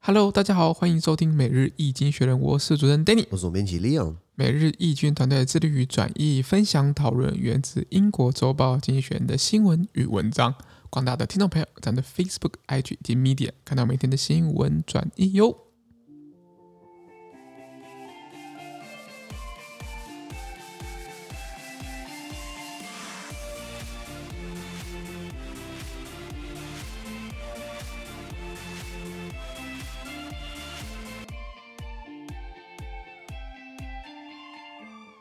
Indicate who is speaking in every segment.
Speaker 1: Hello，大家好，欢迎收听每日易经学人，我是主持人 Danny。
Speaker 2: 我是总编辑 Leon。
Speaker 1: 每日易经团队致力于转译、分享、讨论源自英国周报《经济学人》的新闻与文章。广大的听众朋友，咱的 Facebook、IG 及 Media 看到每天的新闻转译哟。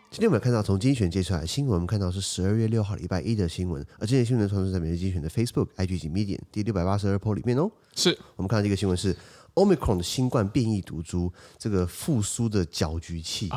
Speaker 2: 今天我们看到从精选接出来的新闻，我们看到是十二月六号礼拜一的新闻，而这些新闻传送在每日精选的 Facebook、IG 及 Medium 第六百八十二 p 里面哦。
Speaker 1: 是
Speaker 2: 我们看到这个新闻是 Omicron 的新冠变异毒株这个复苏的搅局器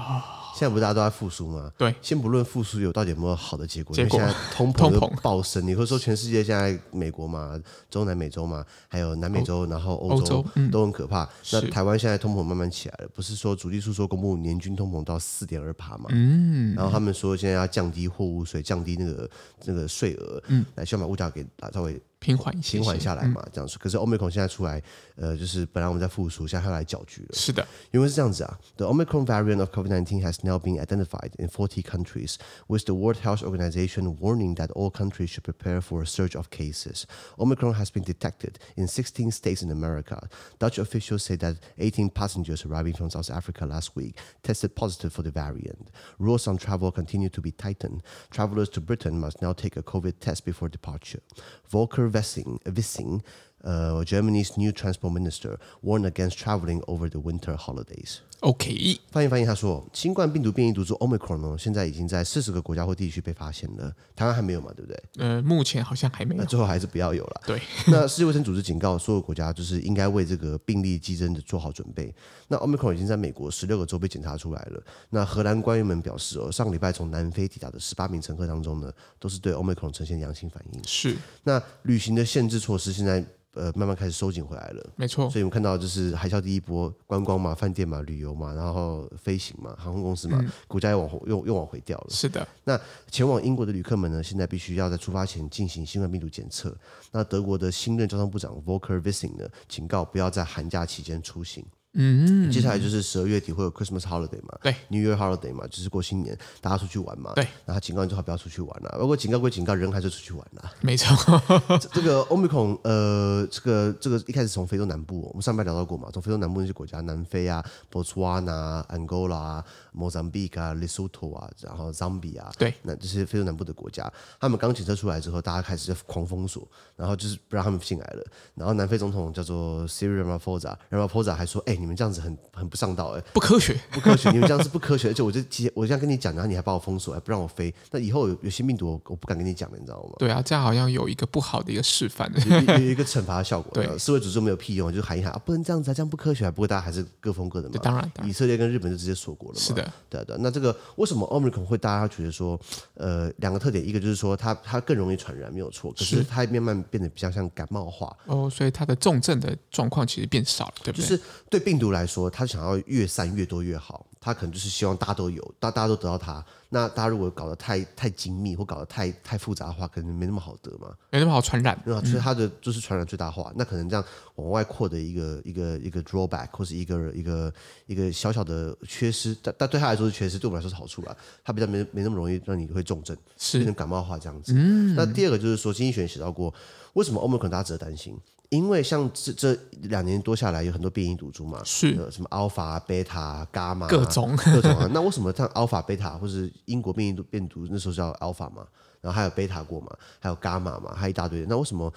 Speaker 2: 现在不是大家都在复苏吗？
Speaker 1: 啊对
Speaker 2: 先不论复苏有到底有没有好的结果，
Speaker 1: 结
Speaker 2: 因为
Speaker 1: 果
Speaker 2: 现在通
Speaker 1: 通
Speaker 2: 膨就
Speaker 1: 膨
Speaker 2: 暴升，你会说全世界现在美国嘛、中南美洲嘛，还有南美洲，然后欧
Speaker 1: 欧洲嗯
Speaker 2: 都很可怕。
Speaker 1: 是
Speaker 2: 那台湾现在通膨慢慢起来了，不是说主力数说公布年均通膨到四点二帕嘛？
Speaker 1: 嗯，
Speaker 2: 然后他们说现在要降低货物税，降低那个那个税额，嗯，来希望把物价给打稍微
Speaker 1: 平缓一些，
Speaker 2: 平缓下来嘛，这样说。可是 Omicron 现在出来，呃，就是本来我们在复苏，现在它来搅局了。
Speaker 1: 是的，
Speaker 2: 因为是这样子啊，The Omicron variant of COVID-19 has now been identified in 40 countries, with the World Health Organization warning that all countries should prepare for a surge of cases. Omicron has been detected in 16 states in America. Dutch officials say that 18 passengers arriving from South Africa last week tested positive for the variant. Rules on travel continue to be tightened. Travelers to Britain must now take a COVID test before departure. Volker Wissing, Wissing uh, Germany's new transport minister warned against traveling over the winter holidays.
Speaker 1: OK，
Speaker 2: 翻译翻译，他说，新冠病毒变异毒株 Omicron 呢，现在已经在四十个国家或地区被发现了，台湾还没有嘛，对不对？
Speaker 1: 呃，目前好像还没
Speaker 2: 那
Speaker 1: 有。
Speaker 2: 最后还是不要有了。
Speaker 1: 对，
Speaker 2: 那世界卫生组织警告所有国家，就是应该为这个病例激增的做好准备。那 Omicron 已经在美国十六个州被检查出来了。那荷兰官员们表示，哦，上礼拜从南非抵达的十八名乘客当中呢，都是对 Omicron 呈现阳性反应。
Speaker 1: 是
Speaker 2: 那旅行的限制措施现在呃慢慢开始收紧回来了。
Speaker 1: 没错，
Speaker 2: 所以我们看到就是海啸第一波，观光嘛、饭店嘛、旅游嘛，然后飞行嘛、航空公司嘛，
Speaker 1: 嗯
Speaker 2: 股价又往后又又往回掉了。
Speaker 1: 是的，
Speaker 2: 那前往英国的旅客们呢，现在必须要在出发前进行新冠病毒检测。那德国的新任交通部长 Volker Wissing 呢，警告不要在寒假期间出行。
Speaker 1: 嗯，
Speaker 2: 接下来就是十二月底会有 Christmas holiday 嘛，
Speaker 1: 对
Speaker 2: ，New Year holiday 嘛，就是过新年，大家出去玩嘛，
Speaker 1: 对。
Speaker 2: 然后他警告你最好不要出去玩了、不过警告归警告，人还是出去玩啊啦、
Speaker 1: 没错，
Speaker 2: 这这个 Omicron，呃，这个这个一开始从非洲南部，我们上半聊到过嘛，从非洲南部那些国家，南非啊、博茨瓦纳、安哥拉啊、莫桑比克啊、Lesotho 啊，然后 Zambia 啊，
Speaker 1: 对，
Speaker 2: 那这些非洲南部的国家，他们刚检测出来之后，大家开始就狂封锁，然后就是不让他们进来了。然后南非总统叫做 Cyril Ramaphosa，Ramaphosa 还说：“哎、你们这样子很很不上道、哎，
Speaker 1: 不科学，
Speaker 2: 不科学，你们这样是不科学，而且我就提，我这样跟你讲，然后你还把我封锁，还不让我飞，那以后有有新病毒，我我不敢跟你讲了，你知道吗？”
Speaker 1: 对啊，这样好像有一个不好的一个示范。
Speaker 2: 有有有一个惩罚的效果。
Speaker 1: 对
Speaker 2: 然后世卫组织没有屁用，就是喊一喊啊，不能这样子啊，这样不科学啊。不过大家还是各封各的嘛
Speaker 1: 对，。当然，当然
Speaker 2: 以色列跟日本就直接锁国了嘛。
Speaker 1: 是的，
Speaker 2: 对啊对啊。那这个为什么 Omicron 会大家觉得说，呃，两个特点，一个就是说它它更容易传染，没有错，可是它慢慢变得比较像感冒化。
Speaker 1: 哦，所以它的重症的状况其实变少了，对不
Speaker 2: 就
Speaker 1: 对？
Speaker 2: 是对病毒来说，它想要越散越多越好，它可能就是希望大家都有，大大家都得到它。那大家如果搞得太太精密或搞得太太复杂的话，可能没那么好得嘛。
Speaker 1: 没那么好传染。
Speaker 2: 那所以它的就是传染最大化，那可能这样往外扩的一个一个一个 drawback 或是一个一个一个小小的缺失，但但对他来说是缺失，对我们来说是好处啦。它比较没没那么容易让你会重症，变
Speaker 1: 是嗯
Speaker 2: 成感冒化这样子。那第二个就是说，经济学写到过，为什么欧盟可能大家值得担心？因为像这这两年多下来，有很多变异毒株嘛，
Speaker 1: 是
Speaker 2: 呃什么 alpha、beta、gamma 啊
Speaker 1: 各种
Speaker 2: 各种啊。那为什么像 alpha、beta 或是英国变异毒变毒那时候叫 alpha 嘛，然后还有 beta 过嘛，还有 gamma 嘛，还有一大堆。那为什么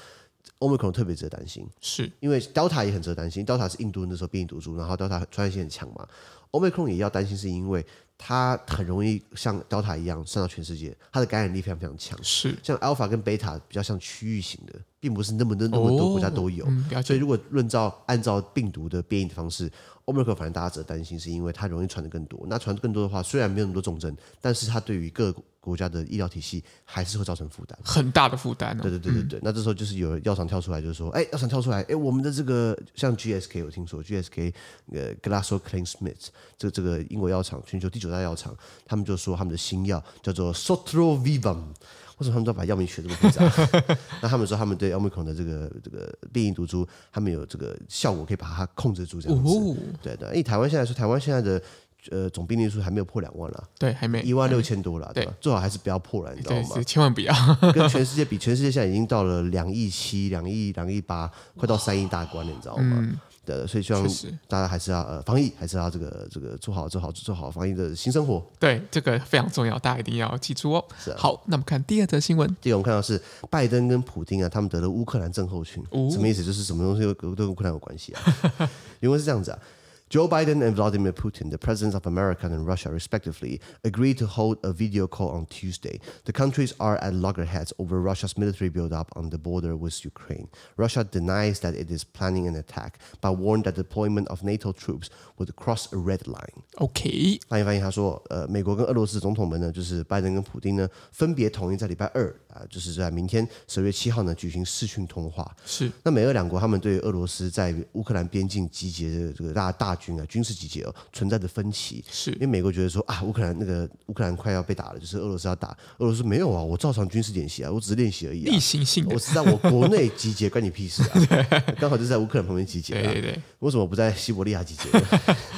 Speaker 2: omicron 特别值得担心？
Speaker 1: 是
Speaker 2: 因为 delta 也很值得担心，delta 是印度那时候变异毒株，然后 delta 传染性很强嘛。omicron 也要担心，是因为它很容易像 delta 一样散到全世界，它的感染力非常非常强。
Speaker 1: 是
Speaker 2: 像 alpha 跟 beta 比较像区域型的，并不是那么那那么多国家都有。
Speaker 1: 哦嗯，了
Speaker 2: 啊所
Speaker 1: 解
Speaker 2: 以如果论照按照病毒的变异的方式，Omicron 反正大家只担心是因为它容易传的更多。那传得更多的话，虽然没有那么多重症，但是它对于各国家的医疗体系还是会造成负担。
Speaker 1: 很大的负担
Speaker 2: 对
Speaker 1: 哦。
Speaker 2: 对对对对，那这时候就是有药厂跳出来，就是说，哎，药厂跳出来，哎，我们的这个像 GSK，我听说 GSK 呃 Glaxo Clean Smith 这这个英国药厂，全球第九大药厂，他们就说他们的新药叫做 Sotrovivum。为什么他们都要把药名取得这么复杂？ 那他们说他们对 Omicron 的这个这个变异毒株，他们有这个效果可以把它控制住这样子。
Speaker 1: 哦，
Speaker 2: 对对，因为台湾现在说，台湾现在的呃总病例数还没有破两万了，
Speaker 1: 对，还没
Speaker 2: 一万六千多了，对
Speaker 1: 对
Speaker 2: 吧？最好还是不要破了，你知道
Speaker 1: 对，
Speaker 2: 吗？
Speaker 1: 是千万不要。
Speaker 2: 跟全世界比，全世界现在已经到了两亿七、两亿、两亿八，快到三亿大关了，你知道吗？对，所以希
Speaker 1: 嗯
Speaker 2: 望
Speaker 1: 确实
Speaker 2: 大家还是要呃防疫，还是要这个这个做好做好做好防疫的新生活。
Speaker 1: 对，这个非常重要，大家一定要记住哦。
Speaker 2: 啊
Speaker 1: 好，那我们看第二则新闻。
Speaker 2: 第一个我们看到是拜登跟普丁啊，他们得了乌克兰症候群，
Speaker 1: 哦
Speaker 2: 什么意思？就是什么东西都跟乌克兰有关系啊？ 因为是这样子啊。Joe Biden and Vladimir Putin, the presidents of America and Russia respectively, agreed to hold a video call on Tuesday. The countries are at loggerheads over Russia's military buildup on the border with Ukraine. Russia denies that it is planning an attack, but warned that deployment of NATO troops would cross a red line.
Speaker 1: OK，
Speaker 2: 翻译翻译，他说，呃，美国跟俄罗斯总统们呢，就是拜登跟普丁呢，分别同意在礼拜二啊、就是在明天十月七号呢举行视讯通话。
Speaker 1: 是
Speaker 2: 那美俄两国他们对俄罗斯在乌克兰边境集结的这个大大军啊，军事集结哦，存在的分歧。因
Speaker 1: 是
Speaker 2: 为美国觉得说啊，乌克兰那个乌克兰快要被打了，就是俄罗斯要打，俄罗斯说没有啊，我照常军事演习啊，我只是练习而已啊
Speaker 1: 例，行性的
Speaker 2: 我，是在我国内集结，关你屁事 啊，刚好就是在乌克兰旁边集结
Speaker 1: 对
Speaker 2: 啊，
Speaker 1: 对对，
Speaker 2: 为什么不在西伯利亚集结呢？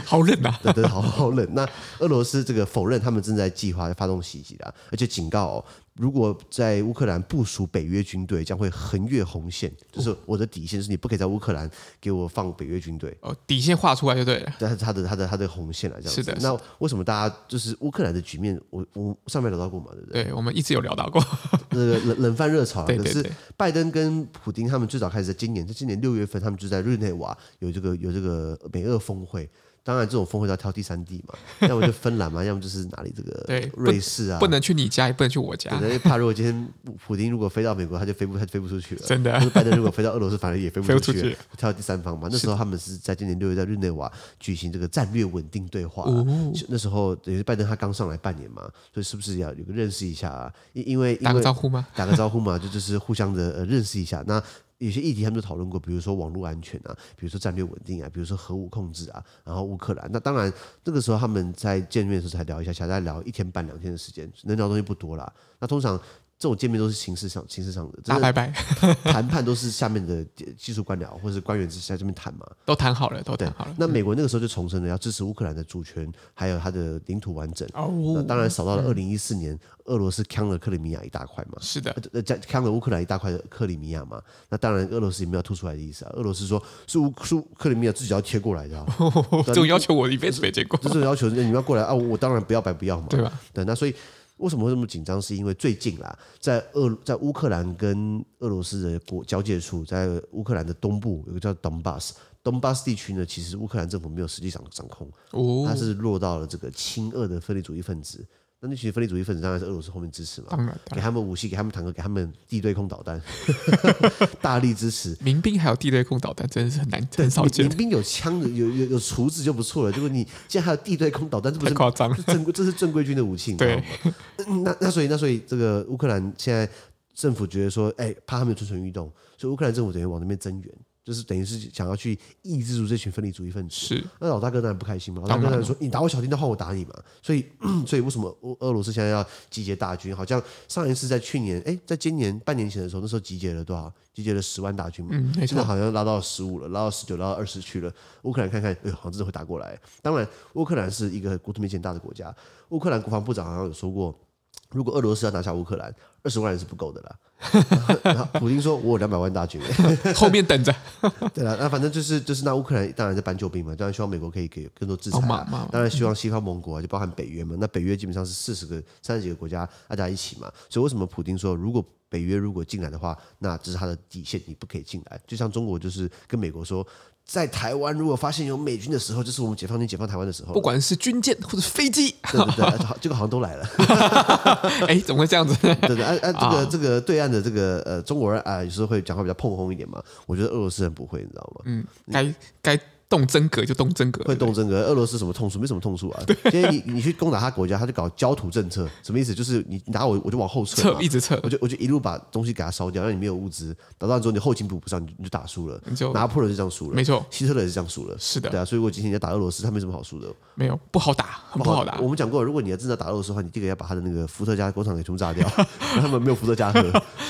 Speaker 1: 好冷啊，
Speaker 2: 真的好 好冷。那俄罗斯这个否认他们正在计划发动袭击的啊，而且警告、哦，如果在乌克兰部署北约军队，将会横越红线，就是我的底线是你不可以在乌克兰给我放北约军队。
Speaker 1: 哦，底线画出来就对了。
Speaker 2: 但是他的他的他的红线啊，这样子
Speaker 1: 是的是
Speaker 2: 那为什么大家就是乌克兰的局面？我我上面聊到过嘛，对不对？啊
Speaker 1: 对，我们一直有聊到过，
Speaker 2: 那个冷冷饭热炒啊。
Speaker 1: 对
Speaker 2: 可
Speaker 1: 对
Speaker 2: 是
Speaker 1: 对
Speaker 2: 拜登跟普丁他们最早开始在今年，在今年六月份，他们就在日内瓦有这个有这个美俄峰会。当然，这种峰会都要挑第三地嘛，要么就芬兰嘛，要 么就是哪里这
Speaker 1: 对
Speaker 2: 个
Speaker 1: 不
Speaker 2: 瑞士啊。
Speaker 1: 不能去你家，也不能去我家
Speaker 2: 对，因为怕如果今天普丁如果飞到美国，他就飞不他就飞不出去了。
Speaker 1: 真的
Speaker 2: 或者拜登如果飞到俄罗斯，反正也飞不
Speaker 1: 飞不
Speaker 2: 出
Speaker 1: 出
Speaker 2: 去
Speaker 1: 去
Speaker 2: 了，跳到第三方嘛。那时候他们是在今年六月在日内瓦举行这个战略稳定对话、
Speaker 1: 哦
Speaker 2: 那时候等于是拜登他刚上来半年嘛，所以是不是也要有个认识一下啊？因因为
Speaker 1: 打
Speaker 2: 因
Speaker 1: 个
Speaker 2: 为
Speaker 1: 招呼吗？
Speaker 2: 打个招呼嘛，就就是互相的呃认识一下。那有些议题他们都讨论过，比如说网络安全啊，比如说战略稳定啊，比如说核武控制啊，然后乌克兰。那当然，那个时候他们在见面的时候才聊一下下，大概聊一天半两天的时间，能聊的东西不多啦。那通常这种见面都是形式上形式上的，
Speaker 1: 打
Speaker 2: 真
Speaker 1: 啊拜
Speaker 2: 的
Speaker 1: 拜，
Speaker 2: 谈判都是下面的技术官僚或者是官员在这边谈嘛。
Speaker 1: 都谈好了，都
Speaker 2: 对
Speaker 1: 谈好了，。嗯
Speaker 2: 那美国那个时候就重申了要支持乌克兰的主权，还有它的领土完整。那
Speaker 1: 哦，
Speaker 2: 当然，少到了二零一四年，俄罗斯扛了克里米亚一大块嘛。
Speaker 1: 是的，
Speaker 2: 呃，加看了乌克兰一大块的克里米亚嘛，那当然俄罗斯也没有吐出来的意思啊。俄罗斯说是乌是乌克里米亚自己要贴过来的、啊，
Speaker 1: 这种要求我一辈子没见过，
Speaker 2: 这种要求你们要过来啊，我当然不要白不要嘛。
Speaker 1: 对吧？
Speaker 2: 对，那所以为什么会这么紧张？是因为最近啦，在俄在乌克兰跟俄罗斯的国交界处，在乌克兰的东部有个叫 Donbas。东巴斯地区呢，其实乌克兰政府没有实际掌掌控，它
Speaker 1: 哦，
Speaker 2: 是落到了这个亲俄的分离主义分子。那那群分离主义分子当然是俄罗斯后面支持嘛，
Speaker 1: 当然，当
Speaker 2: 给
Speaker 1: 然，
Speaker 2: 他们武器，给他们坦克，给他们地对空导弹， 大力支持。
Speaker 1: 民兵还有地雷空导弹，真的是很难，很少
Speaker 2: 民
Speaker 1: 见，
Speaker 2: 兵有枪的，有有有厨子就不错了，结果你竟然还有地对空导弹，这不
Speaker 1: 太
Speaker 2: 是
Speaker 1: 夸张了
Speaker 2: 这。正规这是正规军的武器，你知道吗？嗯那那所以那所以这个乌克兰现在政府觉得说，哎、怕他们蠢蠢欲动，所以乌克兰政府等于往那边增援，就是等于是想要去抑制住这群分离主义分子。
Speaker 1: 是
Speaker 2: 那老大哥当然不开心嘛，老大
Speaker 1: 当
Speaker 2: 哥当
Speaker 1: 然
Speaker 2: 然说：“你打我小弟，那换我打你嘛。”所以， 所以为什么俄俄罗斯现在要集结大军？好像上一次在去年，哎，在今年半年前的时候，那时候集结了多少？集结了十万大军嘛。
Speaker 1: 嗯没
Speaker 2: 现
Speaker 1: 错
Speaker 2: 在好像拉到十五了，拉到十九，拉到二十去了。乌克兰看看，哎呦，好像真的会打过来。当然，乌克兰是一个国土面积很大的国家，乌克兰国防部长好像有说过。如果俄罗斯要拿下乌克兰，二十万人是不够的啦。 然后普京说：“我有两百万大军、啊
Speaker 1: 后面 等着，
Speaker 2: 对了，那反正就是就是那乌克兰当然在搬救兵嘛，当然希望美国可以给更多制裁、
Speaker 1: 帮忙嘛
Speaker 2: 啊，当然希望西方盟国、啊、就包含北约嘛，那北约基本上是四十个三十几个国家大家一起嘛，所以为什么普丁说如果北约如果进来的话，那这是他的底线，你不可以进来。就像中国就是跟美国说，在台湾如果发现有美军的时候，就是我们解放军解放台湾的时候
Speaker 1: 不
Speaker 2: 了。
Speaker 1: 管是军舰或者飞机，
Speaker 2: 对对对，好这个好像都来了。
Speaker 1: 哎，怎么会这样 子？
Speaker 2: 对对，按、按、这个、这个对岸的这个呃中国人啊、有时候会讲话比较碰轰一点嘛。我觉得俄罗斯人不会，你知道吗？
Speaker 1: 嗯，该该动真格就动真格，
Speaker 2: 会动真格。俄罗斯什么痛处？没什么痛处啊。现在你你去攻打他国家，他就搞焦土政策，什么意思？就是你拿我，我就往后撤
Speaker 1: 撤
Speaker 2: 嘛
Speaker 1: 一直撤
Speaker 2: 我，就我就一路把东西给他烧掉，让你没有物资。打到之后，你后勤补不上，你你就打输了。
Speaker 1: 你就
Speaker 2: 拿破仑是这样输了，
Speaker 1: 没错，
Speaker 2: 希特勒也是这样输了。
Speaker 1: 是的
Speaker 2: 对啊，所以我今天要打俄罗斯，他没什么好输的。
Speaker 1: 没有不好打，很不好打
Speaker 2: 我。们讲过，如果你要真的打俄罗斯的话，你第一个要把他的那个伏特加工厂给全部炸掉， 让他们没有伏特加喝，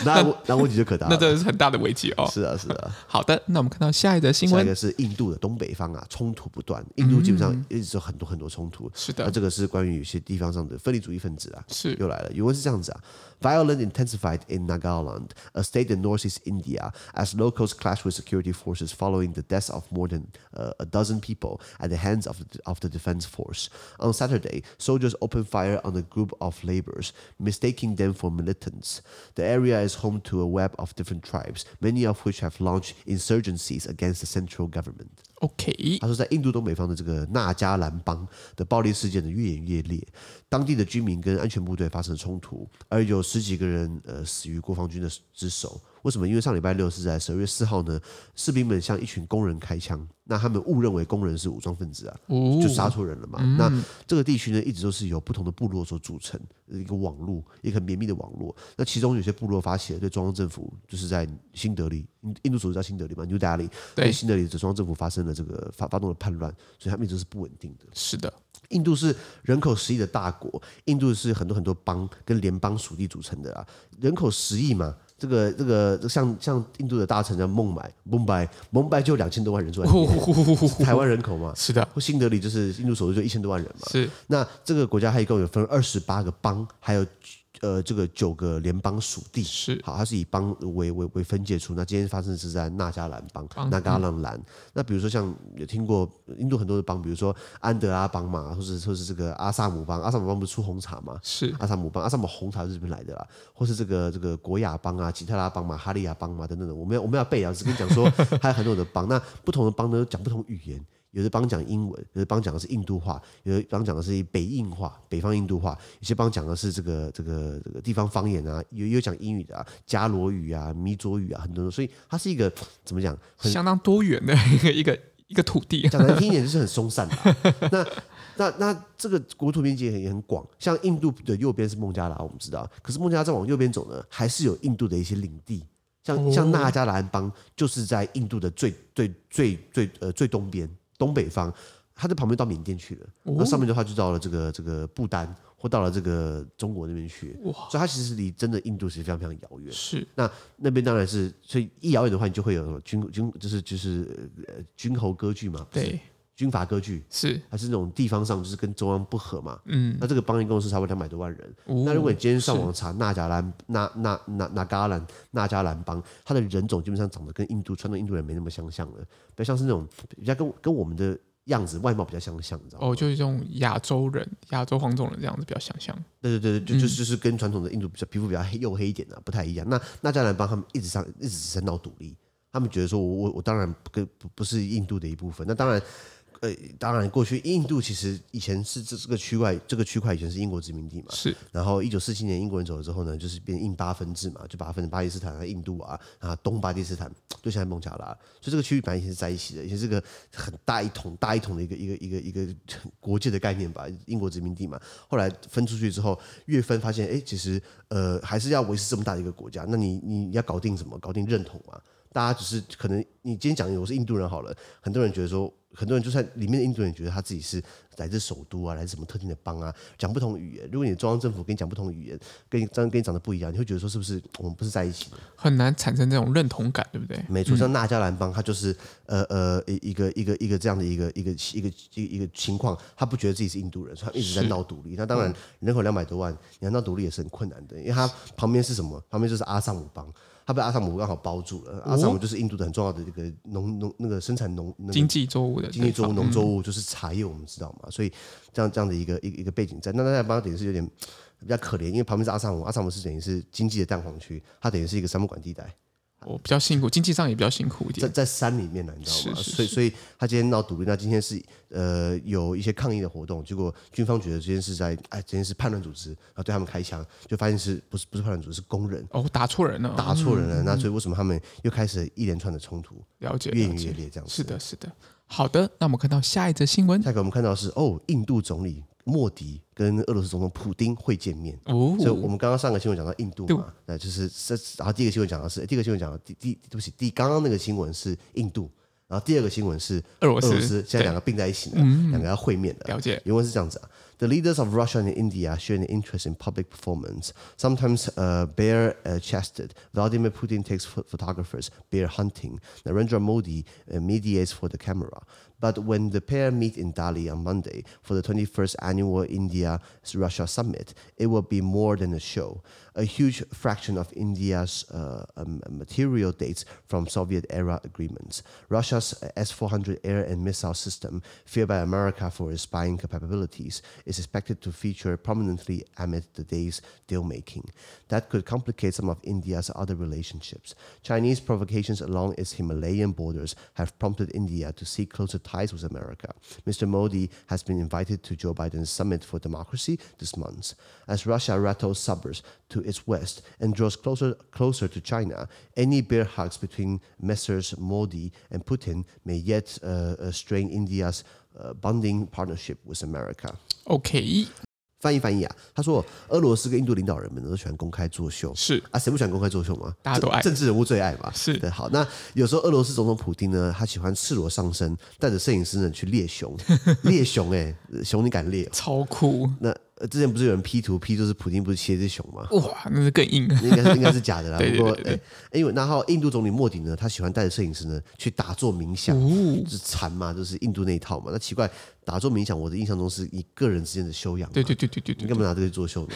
Speaker 2: 那我那问题就可大
Speaker 1: 那
Speaker 2: 了。
Speaker 1: 这是很大的危机哦。
Speaker 2: 是啊，是啊。
Speaker 1: 好的，那我们看到下一则新
Speaker 2: 下一
Speaker 1: 闻，
Speaker 2: 个是印度的东北方啊，冲突不断。印度基本上一直有很多很多冲突。
Speaker 1: 嗯是
Speaker 2: 那
Speaker 1: 的，
Speaker 2: 这个是关于有些地方上的分离主义分子啊，
Speaker 1: 是
Speaker 2: 又来了。原文是这样子啊：Violence intensified in Nagaland, a state in northeast India, as locals clashed with security forces following the deaths of more than uh, a dozen people at the hands of the, of the defense force. On Saturday, soldiers opened fire on a group of laborers, mistaking them for militants. The area is home to a web of different tribes, many of which have launched insurgencies against the central government.
Speaker 1: OK，
Speaker 2: 他说，在印度东北方的这个纳加兰邦的暴力事件的越演越烈，当地的居民跟安全部队发生了冲突，而有十几个人呃死于国防军的之手。为什么？因为上礼拜六是在十二月四号呢，士兵们向一群工人开枪，那他们误认为工人是武装分子啊，
Speaker 1: 哦
Speaker 2: 就杀错人了嘛。那这个地区呢，一直都是由不同的部落所组成一个网络，一个很绵密的网络。那其中有些部落发起了对中央政府，就是在新德里，印印度首都叫新德里嘛，New Delhi，
Speaker 1: 对
Speaker 2: 新德里的中央政府发生了这个发发动了叛乱，所以他们一直是不稳定的。
Speaker 1: 是的，
Speaker 2: 印度是人口十亿的大国，印度是很多很多邦跟联邦属地组成的啊，人口十亿嘛。这个这个像像印度的大城叫孟买，孟买孟买就两千多万人住在里
Speaker 1: 哦
Speaker 2: 面，台湾人口嘛，
Speaker 1: 是的，
Speaker 2: 新德里就是印度首都就一千多万人嘛。
Speaker 1: 是
Speaker 2: 那这个国家它一共有分二十八个邦，还有呃这个九个联邦属地。
Speaker 1: 是
Speaker 2: 好，它是以邦为为为分界处。那今天发生的是在纳加兰邦、纳嘎浪兰。那比如说像有听过印度很多的邦，比如说安德拉邦嘛，或者或是这个阿萨姆邦，阿萨姆邦不是出红茶嘛？
Speaker 1: 是
Speaker 2: 阿萨姆邦，阿萨姆红茶是日本来的啦，或是这个这个国雅邦啊、吉特拉邦嘛、哈利亚邦嘛等等的，我们要我们要背啊，只跟你讲说还有很多的邦，那不同的邦呢讲不同语言。有的邦讲英文，有的邦讲的是印度话，有的邦讲的是北印话、北方印度话，有些邦讲的是这个这个这个地方方言啊，有也有讲英语的啊，加罗语啊、米佐语啊，很多的，所以它是一个怎么讲，很
Speaker 1: 相当多元的一个一 个一个土地，
Speaker 2: 讲难听一点就是很松散啦。那那那这个国土面积也很广，像印度的右边是孟加拉，我们知道，可是孟加拉再往右边走呢，还是有印度的一些领地。像像纳加兰邦就是在印度的最最最最呃最东边东北方，它的旁边到缅甸去了，那上面的话就到了这个这个不丹或到了这个中国那边去，所以它其实离真的印度是非常非常遥远。
Speaker 1: 是
Speaker 2: 那那边当然是，所以一遥远的话，你就会有什么军军，就是就是呃军侯割据嘛，不是
Speaker 1: 对，
Speaker 2: 军阀割据，
Speaker 1: 是
Speaker 2: 还是那种地方上就是跟中央不合嘛。
Speaker 1: 嗯，
Speaker 2: 那这个邦一共是差不多两百多万人。
Speaker 1: 哦
Speaker 2: 那如果你今天上网查纳加兰、纳纳纳纳加兰、纳加兰邦，它的人种基本上长得跟印度传统印度人没那么相像了，比较像是那种比较跟跟我们的样子外貌比较相像，你知道吗？
Speaker 1: 哦，就是这种亚洲人、亚洲黄种人这样子比较想象，
Speaker 2: 对对对，就就是就是跟传统的印度比较皮肤比较黑黝黑一点啊，不太一样。那那加兰邦他们一直上一直在闹独立，他们觉得说我我我当然不跟不不是印度的一部分。那当然，呃，当然过去印度其实以前是这这个区块这个区块以前是英国殖民地嘛，
Speaker 1: 是
Speaker 2: 然后一九四七年英国人走了之后呢，就是变印巴分治嘛，就把它分成巴基斯坦啊、印度啊、啊东巴基斯坦，就现在孟加拉。所以这个区域本来以前是在一起的，以前是个很大一统、大一统的一个一个一个一个国界的概念吧，英国殖民地嘛。后来分出去之后，越分发现，哎，其实呃还是要维持这么大的一个国家，那你你要搞定什么？搞定认同嘛。大家只是可能，你今天讲我是印度人好了，很多人觉得说，很多人就算里面的印度人觉得他自己是来自首都啊，来自什么特定的邦啊，讲不同语言。如果你中央政府跟你讲不同语言，跟你这样跟你长得不一样，你会觉得说是不是我们不是在一起的？
Speaker 1: 很难产生这种认同感，对不对？
Speaker 2: 没错，像纳加兰邦，他就是呃呃一一个一个一个这样的一个一个一个一个一个情况，他不觉得自己是印度人，所以他一直在闹独立。那当
Speaker 1: 嗯
Speaker 2: 然，人口两百多万，你要闹独立也是很困难的，因为他旁边是什么？旁边就是阿萨姆邦。他被阿萨姆刚好包住
Speaker 1: 哦
Speaker 2: 了，阿萨姆就是印度的很重要的一个农农那个生产农那个
Speaker 1: 经济作物的
Speaker 2: 经济
Speaker 1: 地
Speaker 2: 作
Speaker 1: 方
Speaker 2: 物、农作物就是茶叶，我们知道嘛，所以这样这样的一个一个一个背景在。那那邦等于是有点比较可怜，因为旁边是阿萨姆，阿萨姆是等于是经济的蛋黄区，它等于是一个沙漠管地带，
Speaker 1: 我哦比较辛苦，经济上也比较辛苦一
Speaker 2: 在
Speaker 1: 点，
Speaker 2: 在山里面呢，啊你知道吗？
Speaker 1: 是是
Speaker 2: 所以所以他今天闹独立，那今天是呃有一些抗议的活动，结果军方觉得今天是在哎今天是叛乱组织，然后对他们开枪，就发现是不是不是叛乱组织是工人
Speaker 1: 哦，打错人了，
Speaker 2: 打
Speaker 1: 嗯
Speaker 2: 错人了，那所以为什么他们又开始一连串的冲突，
Speaker 1: 了解
Speaker 2: 越
Speaker 1: 了
Speaker 2: 演
Speaker 1: 解
Speaker 2: 越，烈这样子？
Speaker 1: 是的，是的。好的，那我们看到下一则新闻
Speaker 2: 下一个我们看到是哦，印度总理莫迪跟俄罗斯总统普丁会见面。
Speaker 1: 哦，
Speaker 2: 所以我们刚刚上个新闻讲到印度
Speaker 1: 对
Speaker 2: 嘛，那就是这，然后第一个新闻讲的是哎第一个新闻讲的第第对不起，第刚刚那个新闻是印度，然后第二个新闻是
Speaker 1: 俄罗
Speaker 2: 俄
Speaker 1: 斯
Speaker 2: 罗斯，现在两个并在一起呢，两个要会面的。
Speaker 1: 了解。
Speaker 2: 原文是这样子啊：The leaders of Russia and India share an interest in public performance, sometimes uh, bare-chested. Vladimir Putin takes pho- photographers bear hunting. Narendra Modi uh, mediates for the camera. But when the pair meet in Delhi on Monday for the 21st annual India-Russia summit, it will be more than a show. A huge fraction of India's uh, um, material dates from Soviet-era agreements. Russia's uh, S-400 air and missile system, feared by America for its spying capabilities, is expected to feature prominently amid the day's deal-making. That could complicate some of India's other relationships. Chinese provocations along its Himalayan borders have prompted India to seek closer ties with America. Mr. Modi has been invited to Joe Biden's Summit for Democracy this month. As Russia rattles suburbs to its west and draws closer closer to China, any bear hugs between Messrs. Modi and Putin may yet uh, uh, strain India's uh, bonding partnership with America.
Speaker 1: OK，
Speaker 2: 翻译翻译啊，他说俄罗斯跟印度领导人们都喜欢公开作秀，
Speaker 1: 是
Speaker 2: 啊，谁不喜欢公开作秀嘛？
Speaker 1: 大家都
Speaker 2: 政
Speaker 1: 爱
Speaker 2: 政治人物最爱嘛。
Speaker 1: 是
Speaker 2: 对，好，那有时候俄罗斯总统普丁呢，他喜欢赤裸上身，带着摄影师呢去 猎熊，猎熊哎、呃熊你敢猎哦、
Speaker 1: 超酷
Speaker 2: 那、呃之前不是有人 P 图 P 就是普丁不是骑了一只熊吗？
Speaker 1: 哇，那是更硬。
Speaker 2: 应该是应该是假的 啦。
Speaker 1: 对对
Speaker 2: 不过
Speaker 1: 对，对
Speaker 2: 哎、因为然后印度总理莫迪呢，他喜欢带着摄影师呢去打坐冥想，
Speaker 1: 哦
Speaker 2: 就是禅嘛，就是印度那一套嘛。那奇怪，打坐冥想，我的印象中是一个人之间的修养嘛。
Speaker 1: 对对对对对
Speaker 2: 你
Speaker 1: 对，
Speaker 2: 干嘛拿这个 做秀呢？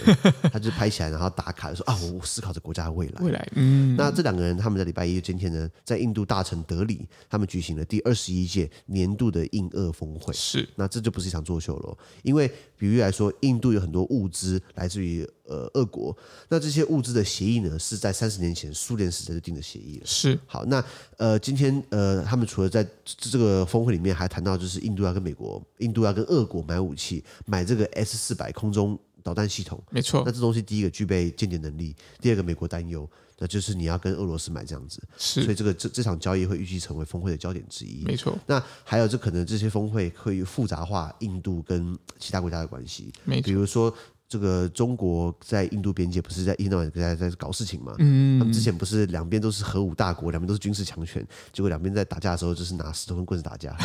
Speaker 2: 他就拍起来，然后打卡，就说啊，我我思考着国家的未来。
Speaker 1: 未来嗯，
Speaker 2: 那这两个人，他们在礼拜一今天呢，在印度大城德里，他们举行了第二十一届年度的印俄峰会。
Speaker 1: 是
Speaker 2: 那这就不是一场作秀喽，因为比喻来说，印度有很多物资来自于呃俄国，那这些物资的协议呢，是在三十年前苏联时代就定的协议了。
Speaker 1: 是
Speaker 2: 好，那呃，今天呃，他们除了在这这个峰会里面还谈到，就是印度要跟美国、印度要跟俄国买武器，买这个 S 四百空中导弹系统。
Speaker 1: 没错
Speaker 2: 那，这东西第一个具备间谍能力，第二个美国担忧，那就是你要跟俄罗斯买这样子，所
Speaker 1: 是
Speaker 2: 以这个这这场交易会预计成为峰会的焦点之一。
Speaker 1: 没错，
Speaker 2: 那还有，这可能这些峰会会复杂化印度跟其他国家的关系，
Speaker 1: 没
Speaker 2: 比
Speaker 1: 错，
Speaker 2: 如说这个中国在印度边界不是在印度在在搞事情嘛？嗯，他们之前不是两边都是核武大国，两边都是军事强权，结果两边在打架的时候就是拿石头跟棍子打架，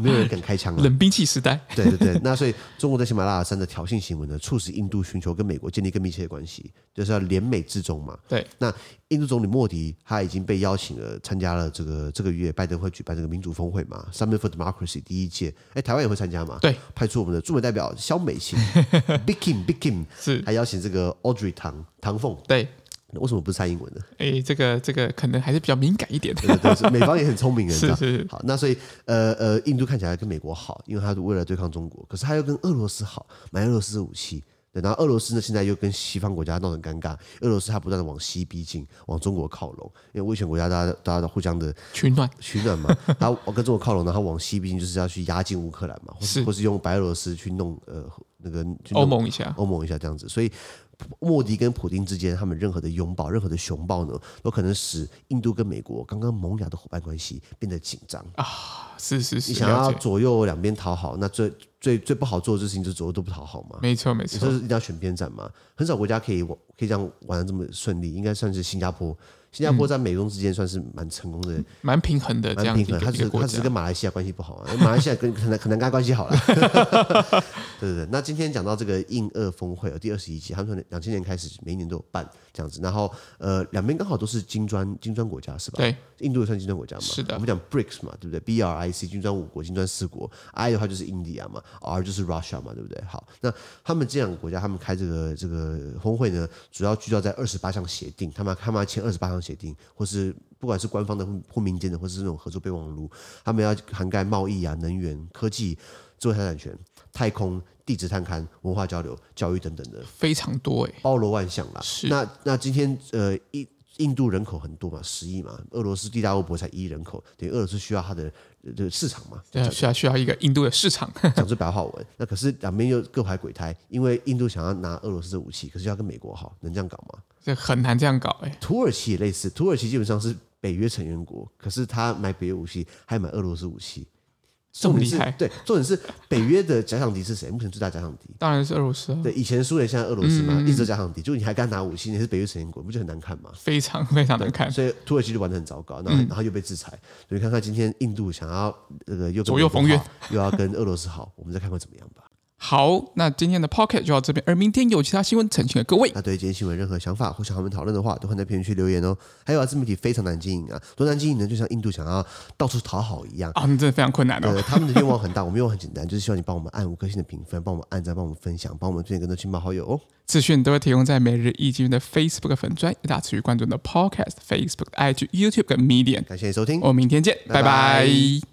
Speaker 2: 没有人敢开枪了。
Speaker 1: 冷兵器时代
Speaker 2: 对对对，那所以中国在喜马拉雅山的挑衅行为呢，促使印度寻求跟美国建立更密切的关系，就是要联美制中嘛。
Speaker 1: 对，
Speaker 2: 那印度总理莫迪他已经被邀请了参加了这个这个月拜登会举办这个民主峰会嘛，Summit for Democracy 第一届，哎，台湾也会参加嘛？
Speaker 1: 对，
Speaker 2: 派出我们的驻美代表肖美琴，Big Kim Big Kim，
Speaker 1: 是
Speaker 2: 还邀请这个 Audrey 唐唐凤，
Speaker 1: 对。
Speaker 2: 为什么不是蔡英文呢？
Speaker 1: 哎，这个这个可能还是比较敏感一点的，
Speaker 2: 对对对，美方也很聪明的，你知
Speaker 1: 是
Speaker 2: 道。
Speaker 1: 是是
Speaker 2: 好，那所以呃呃，印度看起来跟美国好，因为他为了对抗中国，可是他又跟俄罗斯好，买俄罗斯的武器。对，然后俄罗斯呢，现在又跟西方国家闹得很尴尬。俄罗斯它不断的往西逼近，往中国靠拢，因为威权国家大家大家都互相的
Speaker 1: 取暖
Speaker 2: 取暖嘛。 它往跟中国靠拢，然后往西逼近就是要去压进乌克兰嘛，或是
Speaker 1: 是
Speaker 2: 或是用白俄罗斯去弄呃那个去弄哦
Speaker 1: 欧盟一下，
Speaker 2: 欧盟一下这样子。所以莫迪跟普丁之间，他们任何的拥抱、任何的熊抱呢，都可能使印度跟美国刚刚萌芽的伙伴关系变得紧张。
Speaker 1: 是是
Speaker 2: 你
Speaker 1: 是，
Speaker 2: 想
Speaker 1: 啊了
Speaker 2: 要
Speaker 1: 解，
Speaker 2: 左右两边讨好，那最最最不好做的事情就是左右都不讨好嘛。
Speaker 1: 没错没
Speaker 2: 你说
Speaker 1: 错，
Speaker 2: 是一定要选边站嘛？很少国家可以往可以这样玩的这么顺利，应该算是新加坡。新加
Speaker 1: 嗯
Speaker 2: 坡在美中之间算是蛮成功的，
Speaker 1: 蛮平衡的这
Speaker 2: 蛮
Speaker 1: 样一
Speaker 2: 平
Speaker 1: 个
Speaker 2: 衡。他
Speaker 1: 一
Speaker 2: 只
Speaker 1: 个
Speaker 2: 是
Speaker 1: 国
Speaker 2: 他只
Speaker 1: 家
Speaker 2: 是，跟马来西亚关系不好啊， 马来西亚跟可能可能跟他关系好了。 对对对。那今天讲到这个印俄峰会，哦有第二十一届，他们从两千年开始每一年都有办这样子，然后呃两边刚好都是金砖金砖国家是吧？
Speaker 1: 对，
Speaker 2: 印度也算金砖国家嘛？
Speaker 1: 是的
Speaker 2: 我们讲 BRICS 嘛，对不对？B R I C 金砖五国、金砖四国，I 的话就是 India 嘛，R 就是 Russia 嘛，对不对？好，那他们这两个国家，他们开这个这个峰会呢，主要聚焦在二十八项协定，他们他们要签二十八项协定，或是不管是官方的或或民间的，或是那种合作备忘录，他们要涵盖贸易啊、能源、科技、知识财产权、太空、地质探勘、文化交流、教育等等的。
Speaker 1: 非常多哎，
Speaker 2: 包罗万象啦。
Speaker 1: 是
Speaker 2: 那那今天呃印印度人口很多嘛，十亿嘛，俄罗斯地大物博才一亿人口，等于俄罗斯需要它的呃这个市场嘛。
Speaker 1: 对啊，需要需要一个印度的市场，
Speaker 2: 讲最白话文， 那可是两边又各怀鬼胎，因为印度想要拿俄罗斯的武器，可是要跟美国好，能这样搞吗？
Speaker 1: 这很难这样搞哎，
Speaker 2: 土耳其也类似，土耳其基本上是北约成员国，可是他买北约武器，还买俄罗斯武器。
Speaker 1: 这么
Speaker 2: 重点
Speaker 1: 厉
Speaker 2: 是
Speaker 1: 害
Speaker 2: 对，重点是北约的假想敌是谁？目前最大假想敌。
Speaker 1: 当然是俄罗斯啊，
Speaker 2: 对，以前苏联，现在俄罗斯嘛，
Speaker 1: 嗯
Speaker 2: 一直都假想敌，就你还敢拿武器，你是北约成员国，不就很难看吗？
Speaker 1: 非常非常难看，嗯
Speaker 2: 所以土耳其就玩的很糟糕，然后、然后又被制裁。所以看看今天印度想要那个又跟
Speaker 1: 左右
Speaker 2: 美国
Speaker 1: 逢源
Speaker 2: 好，又要跟俄罗斯好，我们再看看怎么样吧。
Speaker 1: 好，那今天的 Pocket 就到这边，而明天有其他新闻呈现给各位。
Speaker 2: 那对于今天新闻有任何想法或想和我们讨论的话，都欢迎在评论区留言哦。还有啊，自媒体非常难经营啊，多难经营呢？就像印度想要到处讨好一样。
Speaker 1: 啊，那真的非常困难哦。
Speaker 2: 呃，他们的愿望很大，我们愿望很简单，就是希望你帮我们按五颗星的评分，帮我们按赞，帮我们分享，帮我们推荐更多亲朋好友哦。
Speaker 1: 资讯都会提供在每日易经的 Facebook 粉专，也大家持续关注我们的 Podcast、Facebook、IG、YouTube 跟 Medium。
Speaker 2: 感谢你收听
Speaker 1: 我，们明天见，
Speaker 2: 拜
Speaker 1: 拜
Speaker 2: 拜
Speaker 1: 拜